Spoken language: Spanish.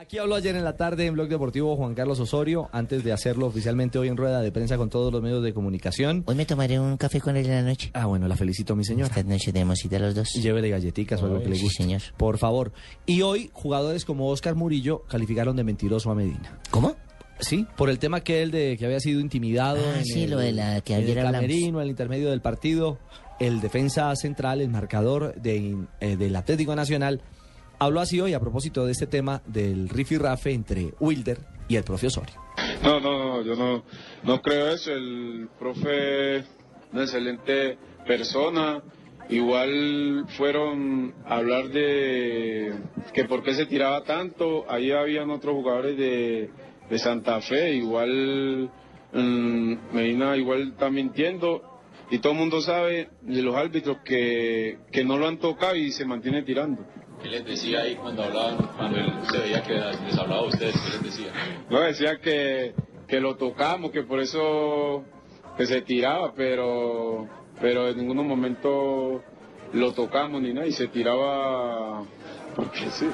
Aquí habló ayer en la tarde en Blog Deportivo Juan Carlos Osorio, antes de hacerlo oficialmente hoy en rueda de prensa con todos los medios de comunicación. Hoy me tomaré un café con él en la noche. Ah, bueno, la felicito a mi señora. Esta noche tenemos cita los dos. Llévele galletitas o algo que le sí, guste. señor. Por favor. Y hoy, jugadores como Oscar Murillo calificaron de mentiroso a Medina. ¿Cómo? Sí, por el tema que él de que había sido intimidado Ah, en sí, el, lo de la que en ayer el hablamos. camerino, en el intermedio del partido, el defensa central, el marcador de, eh, del Atlético Nacional. Habló así hoy a propósito de este tema del rifirrafe entre Wilder y el profe Osorio. No, no, no, yo no, no creo eso. El profe es una excelente persona. Igual fueron a hablar de que por qué se tiraba tanto. Ahí habían otros jugadores de, de Santa Fe. Igual mm, Medina igual está mintiendo. Y todo el mundo sabe de los árbitros que, que no lo han tocado y se mantiene tirando. ¿Qué les decía ahí cuando hablaban, cuando él se veía que les hablaba a ustedes? ¿Qué les decía? No, decía que, que lo tocamos, que por eso que se tiraba, pero, pero en ningún momento lo tocamos ni nada y se tiraba porque sí.